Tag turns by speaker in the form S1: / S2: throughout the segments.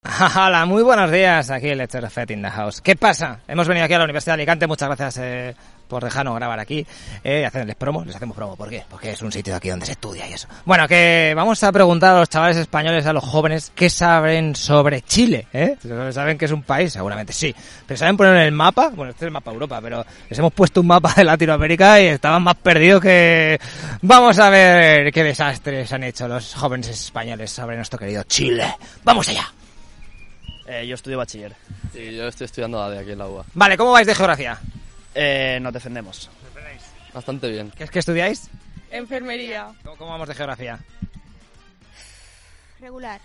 S1: Hola, muy buenos días. Aquí el Lector Fett in the House. ¿Qué pasa? Hemos venido aquí a la Universidad de Alicante. Muchas gracias eh, por dejarnos grabar aquí. Eh, hacerles promo. Les hacemos promo. ¿Por qué? Porque es un sitio aquí donde se estudia y eso. Bueno, que vamos a preguntar a los chavales españoles, a los jóvenes, qué saben sobre Chile. ¿eh? ¿Saben que es un país? Seguramente sí. ¿Pero saben poner en el mapa? Bueno, este es el mapa de Europa, pero les hemos puesto un mapa de Latinoamérica y estaban más perdidos que... Vamos a ver qué desastres han hecho los jóvenes españoles sobre nuestro querido Chile. ¡Vamos allá!
S2: Eh, yo estudio bachiller.
S3: Sí, yo estoy estudiando ADE aquí en la UA.
S1: Vale, ¿cómo vais de geografía?
S2: Eh, nos defendemos.
S3: Bastante bien.
S1: ¿Qué es que estudiáis?
S4: Enfermería.
S1: ¿Cómo, cómo vamos de geografía?
S5: Regular.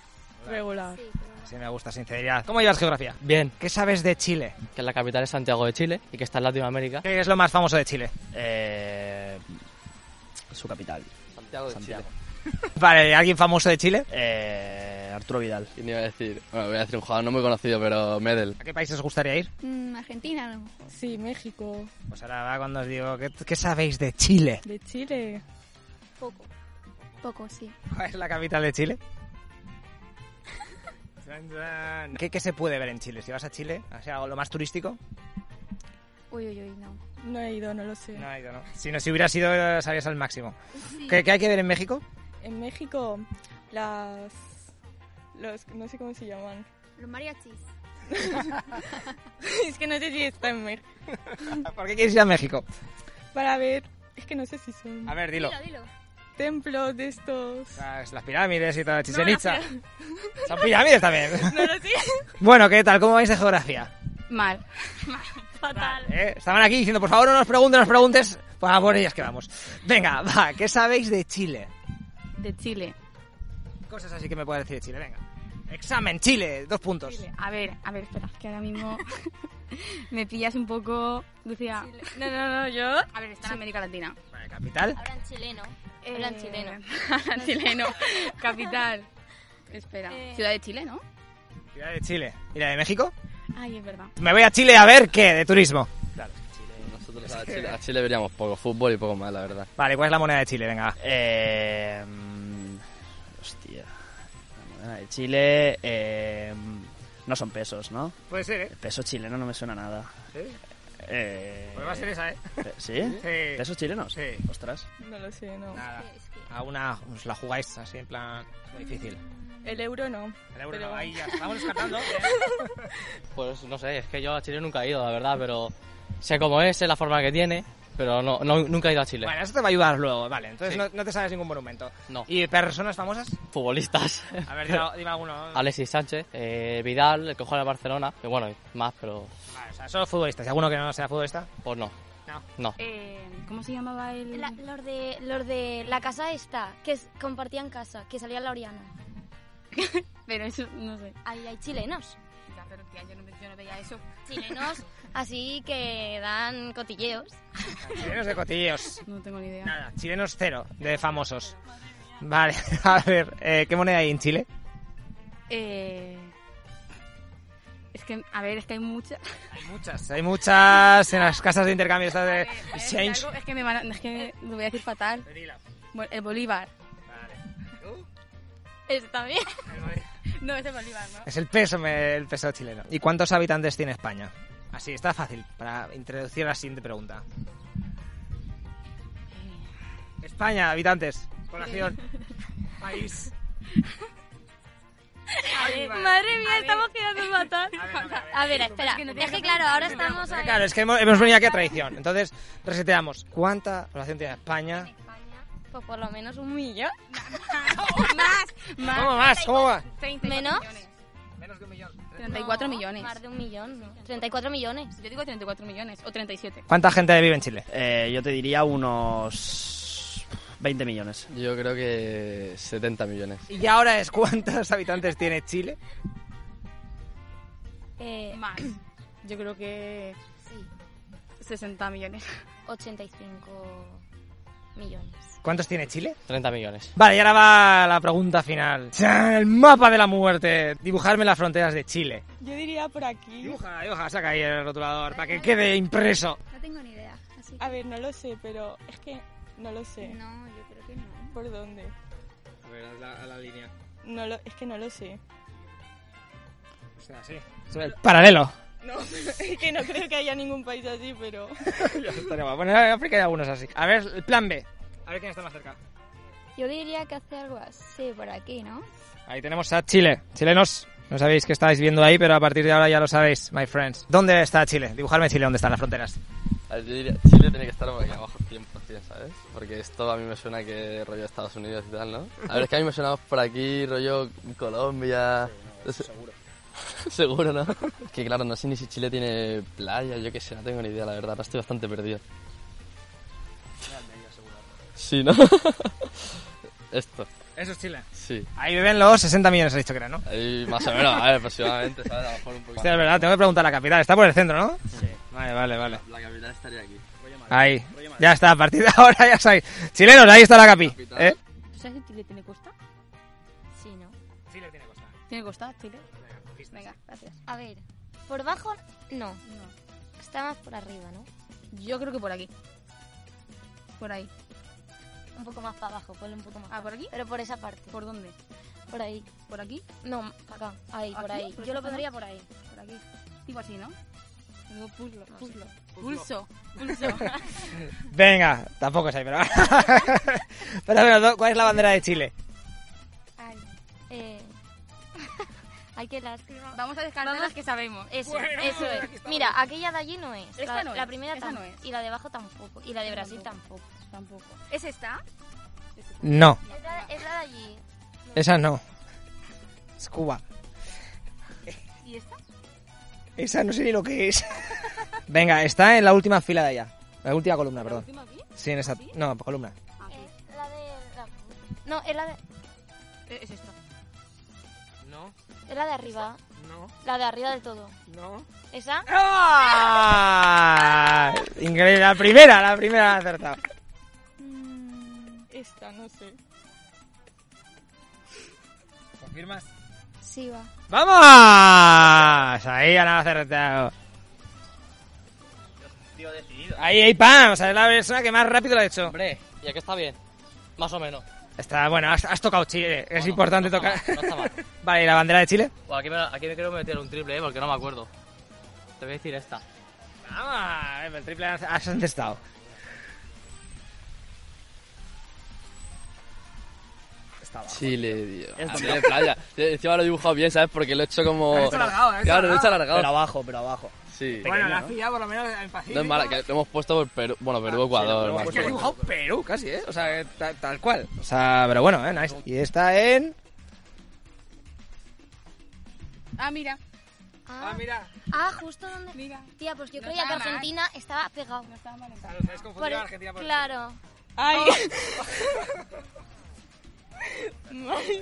S4: Regular.
S1: Si me gusta sinceridad. ¿Cómo llevas geografía?
S6: Bien,
S1: ¿Qué sabes de Chile?
S6: que la capital es Santiago de Chile y que está en Latinoamérica.
S1: ¿Qué es lo más famoso de Chile?
S2: Eh, su capital.
S3: Santiago de
S2: Santiago.
S1: Vale, ¿alguien famoso de Chile?
S2: Eh, Arturo Vidal.
S3: Chile. Y ni iba a decir, bueno, voy a decir un jugador no muy conocido, pero Medel.
S1: ¿A qué país os gustaría ir?
S5: Mm, Argentina, a lo mejor.
S4: Sí, México.
S1: Pues ahora va cuando os digo, ¿qué, qué sabéis de Chile?
S4: De Chile.
S5: Poco. Poco, sí.
S1: ¿Cuál es la capital de Chile? Tran, tran. ¿Qué, ¿Qué se puede ver en Chile? Si vas a Chile, ¿hace algo lo más turístico?
S5: Uy, uy, uy, no.
S4: No he ido, no lo sé.
S1: No ha ido, ¿no? Si no, si hubieras ido, sabías al máximo. ¿Qué, qué hay que ver en México?
S4: En México, las... Los, no sé cómo se llaman.
S5: Los mariachis.
S4: es que no sé si está en México.
S1: ¿Por qué quieres ir a México?
S4: Para ver... Es que no sé si son
S1: A ver, dilo.
S5: Dilo, dilo.
S4: templos de estos...
S1: Las las pirámides y toda Chichen Itza. Son pirámides también.
S4: No lo sé.
S1: Bueno, ¿qué tal? ¿Cómo vais de geografía?
S7: Mal.
S5: Fatal.
S1: ¿Eh? Estaban aquí diciendo, por favor, no nos preguntes, no nos preguntes. Pues a por ellas que vamos. Venga, va, ¿qué sabéis de Chile?
S7: De Chile.
S1: Cosas así que me puedes decir de Chile, venga. Examen, Chile, dos puntos.
S7: Chile. A ver, a ver, espera, que ahora mismo me pillas un poco. Lucía. No, no, no, yo. A ver, está en América Latina.
S1: Vale, capital.
S5: Hablan chileno. Hablan
S7: Eh,
S5: chileno.
S7: chileno. Capital. Espera. Ciudad de Chile, ¿no?
S1: Ciudad de Chile. ¿Y la de México?
S7: Ay, es verdad.
S1: Me voy a Chile a ver qué, de turismo.
S3: Nosotros a Chile, a Chile veríamos poco fútbol y poco más, la verdad.
S1: Vale, ¿cuál es la moneda de Chile? Venga.
S2: Eh, mm, hostia. La moneda de Chile. eh, mm, no son pesos, ¿no?
S1: Puede ser, ¿eh?
S2: El peso chileno no me suena a nada.
S1: Sí.
S2: Eh,
S1: esa, ¿eh?
S2: pe- ¿Sí?
S1: Sí.
S2: ¿Pesos chilenos?
S1: Sí.
S2: Ostras.
S4: No lo sé, no.
S1: Nada.
S5: Es que-
S1: A una os la jugáis así, en plan, muy difícil.
S4: El euro no.
S1: El euro
S4: Pero-
S1: no, ahí ya estamos descartando. ¿eh?
S6: Pues no sé, es que yo a Chile nunca he ido, la verdad, pero sé cómo es, sé la forma que tiene, pero no, no- nunca he ido a Chile.
S1: Bueno, eso te va a ayudar luego, vale. Entonces
S6: Sí.
S1: no, no te sabes ningún monumento.
S6: No.
S1: ¿Y personas famosas?
S6: Futbolistas.
S1: A ver, dime, dime alguno.
S6: Alexis Sánchez, eh, Vidal, el que juega en el Barcelona, que bueno, más, pero
S1: Vale, o sea, solo futbolistas. ¿Y alguno que no sea futbolista?
S6: pues no.
S1: No.
S6: No.
S7: Eh, ¿Cómo se llamaba el.?
S5: La- los, de, los de la casa esta, que es- compartían casa, que salía la Oriana.
S7: Pero eso, no sé.
S5: Ahí hay chilenos.
S7: Ya, pero tía, yo no, yo no veía eso.
S5: Chilenos, así que dan cotilleos.
S1: Chilenos de cotilleos.
S7: No tengo ni idea.
S1: Nada, chilenos cero, de famosos. Vale, a ver, eh, ¿qué moneda hay en Chile?
S7: Eh, es que, a ver, es que hay muchas.
S1: Hay muchas. eh, Hay muchas en las casas de intercambio estas de
S7: Eh, Es que
S1: exchange.
S7: algo- Es que me van a- es que lo voy a decir fatal. Bueno, El Bolívar. Ese también. No, es el Bolívar, ¿no?
S1: Es el peso, me- el peso chileno. ¿Y cuántos habitantes tiene España? Así, está fácil, para introducir la siguiente pregunta. España, habitantes, población, país.
S7: Eh,
S5: Madre mía, estamos quedando fatal. A ver, espera.
S7: que no
S5: es
S7: tiene
S5: que claro, ahora estamos
S1: Es que,
S5: ahí.
S1: Claro, es que hemos, hemos venido aquí a traición. Entonces, reseteamos. ¿Cuánta población tiene España?
S5: Pues por lo menos un millón.
S7: más, más.
S1: ¿Cómo más? ¿Cómo más?
S7: 34
S5: ¿Menos?
S7: millones.
S1: Menos de un millón.
S7: 34
S5: No,
S7: millones.
S5: Más de un millón, ¿no? 34 millones.
S7: Yo digo 34 millones o 37.
S1: ¿Cuánta gente vive en Chile?
S2: Eh, yo te diría unos 20 millones.
S3: Yo creo que 70 millones.
S1: Y ahora es cuántos habitantes tiene Chile.
S5: Eh,
S7: Más. Yo creo que
S5: sí,
S7: 60 millones.
S5: 85 millones.
S1: ¿Cuántos tiene Chile?
S6: 30 millones.
S1: Vale, y ahora va la pregunta final. ¡Chan! El mapa de la muerte. Dibujarme las fronteras de Chile.
S4: Yo diría por aquí.
S1: Dibuja, dibuja, saca ahí el rotulador para que quede impreso.
S5: No tengo ni idea. Así
S4: A ver, no lo sé, pero es que no lo sé.
S5: No, yo creo que no.
S4: ¿Por dónde?
S1: A ver, la, línea.
S4: No lo, es que no lo sé.
S1: sea, así. Sobre el paralelo.
S4: No, es que no creo que haya ningún país así, pero.
S1: Estaría guapo. Bueno, en África hay algunos así. A ver, el plan B. A ver quién está más cerca.
S8: Yo diría que hace algo así por aquí, ¿no?
S1: Ahí tenemos a Chile. Chilenos, no sabéis que estáis viendo ahí, pero a partir de ahora ya lo sabéis, my friends. ¿Dónde está Chile? Dibujarme Chile, ¿dónde están las fronteras?
S3: A ver, yo diría, Chile tiene que estar por aquí abajo 100%, ¿sabes? Porque esto a mí me suena que rollo Estados Unidos y tal, ¿no? A ver, es que a mí me suena por aquí rollo Colombia... seguro. seguro, ¿no? que claro, no sé ni si Chile tiene playa, yo qué sé, no tengo ni idea, la verdad. Ahora estoy bastante perdido. Sí, ¿no? esto,
S1: Eso es Chile.
S3: sí.
S1: Ahí viven los 60 millones, has dicho que era, ¿no?
S3: Ahí más o menos, a ver, aproximadamente, ¿sabes? A lo mejor un poco...
S1: Hostia, es verdad, tengo que preguntar a la capital. Está por el centro, ¿no?
S2: Sí.
S1: Vale, vale, vale.
S3: La capital estaría aquí.
S1: Ahí. Ya está, a partir de ahora ya sabéis. Chilenos, ahí está la capi.
S3: Capital.
S1: ¿Eh?
S7: ¿Tú sabes si Chile tiene costa?
S5: Sí, ¿no?
S1: Chile tiene cosas.
S7: ¿Tiene costa, Chile? Venga, gracias.
S5: A ver, por abajo no,
S7: No.
S5: está más por arriba, ¿no?
S7: Yo creo que por aquí. Por ahí.
S5: Un poco más para abajo, ponle un poco más.
S7: Ah,
S5: para
S7: ¿por aquí?
S5: abajo. Pero por esa parte, por,
S7: ¿Por dónde?
S5: por ahí.
S7: ¿Por aquí?
S5: No, para acá, ahí, por
S7: ¿Aquí?
S5: ahí.
S7: ¿Por
S5: Yo lo
S7: acá?
S5: pondría por ahí.
S7: Por aquí. Tipo así, ¿no? Digo pulso. pulso.
S1: Pulso.
S7: Pulso. Pulso.
S1: Venga, tampoco es ahí, pero. pero bueno, ¿cuál es la bandera de Chile?
S8: Ay, eh... Ay, qué lástima.
S7: Vamos a descartar las que sabemos.
S5: Eso, eso es. Mira, aquella de allí no es.
S7: Esta
S5: la,
S7: no
S5: la
S7: es,
S5: primera
S7: esa
S5: tam-
S7: no es.
S5: Y la de abajo tampoco. Y la de
S7: Esa
S5: Brasil
S7: tampoco.
S5: tampoco.
S7: Tampoco. ¿Es esta?
S1: No,
S5: Es la, es la de allí.
S1: esa no. Es Cuba.
S7: ¿Y esta?
S1: Esa no sé ni lo que es. Venga, está en la última fila de allá. La última columna,
S7: ¿La
S1: perdón.
S7: última ¿Ah, aquí?
S1: Sí, en esa. No, columna.
S7: Aquí.
S5: Es la de. la- Ah, no, es la de,
S7: Eh, Es esta.
S6: No,
S5: es la de arriba.
S6: no,
S5: La de arriba del todo.
S6: no.
S5: ¿Esa?
S1: ¡Ah! Increíble, la primera, la primera la he acertado.
S4: Esta, no sé.
S1: ¿Confirmas?
S8: Sí, va.
S1: ¡Vamos! Ahí ya la ha acertado. Ahí, ahí, pam. O sea, es la persona que más rápido lo ha hecho.
S6: Hombre, y aquí está bien. Más o menos.
S1: Está, bueno, has, has tocado Chile. Es
S6: Bueno,
S1: importante
S6: no está
S1: tocar.
S6: mal, no está mal.
S1: vale, ¿y la bandera de Chile?
S6: Bueno, Pues aquí, me, aquí me quiero meter un triple, ¿eh? Porque no me acuerdo. Te voy a decir esta. Ah,
S1: Vamos, el triple has contestado.
S3: Chile, tío.
S2: Es
S3: Chile playa. Encima lo he dibujado bien, ¿sabes? Porque lo he hecho como...
S1: Lo has hecho alargado, lo has hecho
S3: Claro, lo he hecho
S2: Pero
S3: alargado.
S2: abajo, pero abajo.
S3: Sí.
S1: bueno, la has pillado por lo menos en Pacífico.
S3: No es mala, que lo hemos puesto por Perú. Bueno, Perú,
S1: Es
S3: Ecuador.
S1: que has
S3: Marruecos.
S1: dibujado Perú casi, ¿eh? O sea, tal, tal cual. O sea, pero bueno, ¿eh? Nice. Y está en...
S7: Ah, mira.
S5: Ah,
S1: mira.
S5: ah, justo donde.
S7: Mira.
S5: Tía, pues yo
S7: No
S5: creía que
S7: está mal.
S5: Argentina estaba pegado.
S7: No estaba mal entonces.
S1: Los habéis
S5: Por el- claro.
S4: ¡Ay!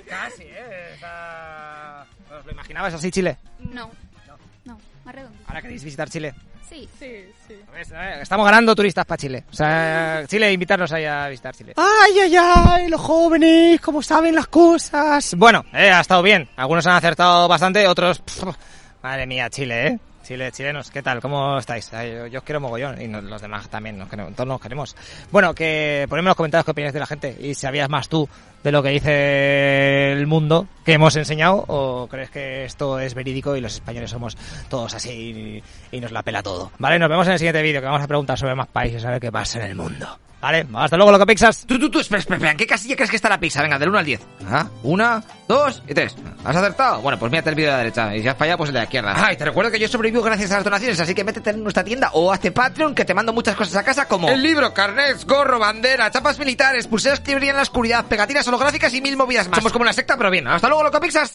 S1: Casi, ¿eh? Está... ¿Os lo imaginabas así, Chile?
S8: No. No, más redondito.
S1: Ahora queréis visitar Chile.
S8: Sí.
S4: Sí, sí.
S1: ¿Ves? Eh, Estamos ganando turistas para Chile. O sea, Chile, invitarnos ahí a visitar Chile.
S9: ¡Ay, ay, ay! Los jóvenes, cómo saben las cosas.
S1: Bueno, eh, ha estado bien. Algunos han acertado bastante, otros... pff, madre mía, Chile, ¿eh? Chile, chilenos, ¿qué tal? ¿Cómo estáis? Ay, yo, yo os quiero mogollón y nos- los demás también, nos queremos, todos nos queremos. Bueno, que ponedme en los comentarios qué opináis de la gente y sabías más tú de lo que dice el mundo que hemos enseñado o crees que esto es verídico y los españoles somos todos así y, y nos la pela todo. Vale, nos vemos en el siguiente vídeo que vamos a preguntar sobre más países a ver qué pasa en el mundo. Vale, hasta luego, loco Pixas.
S9: Tú, tú, tú, espera, espera, espera. ¿En qué casilla crees que está la pizza? Venga, del 1 al 10. Ajá. Una, dos y tres. ¿Has acertado? Bueno, pues mírate el vídeo de la derecha. Y si has fallado, pues el de la izquierda. Ay, te recuerdo que yo sobrevivo gracias a las donaciones, así que métete en nuestra tienda o hazte este Patreon que te mando muchas cosas a casa como... El libro, carnets, gorro, bandera, chapas militares, pulseras que brillan en la oscuridad, pegatinas holográficas y mil movidas más. Somos como una secta, pero bien. ¡Hasta luego, loco Pixas!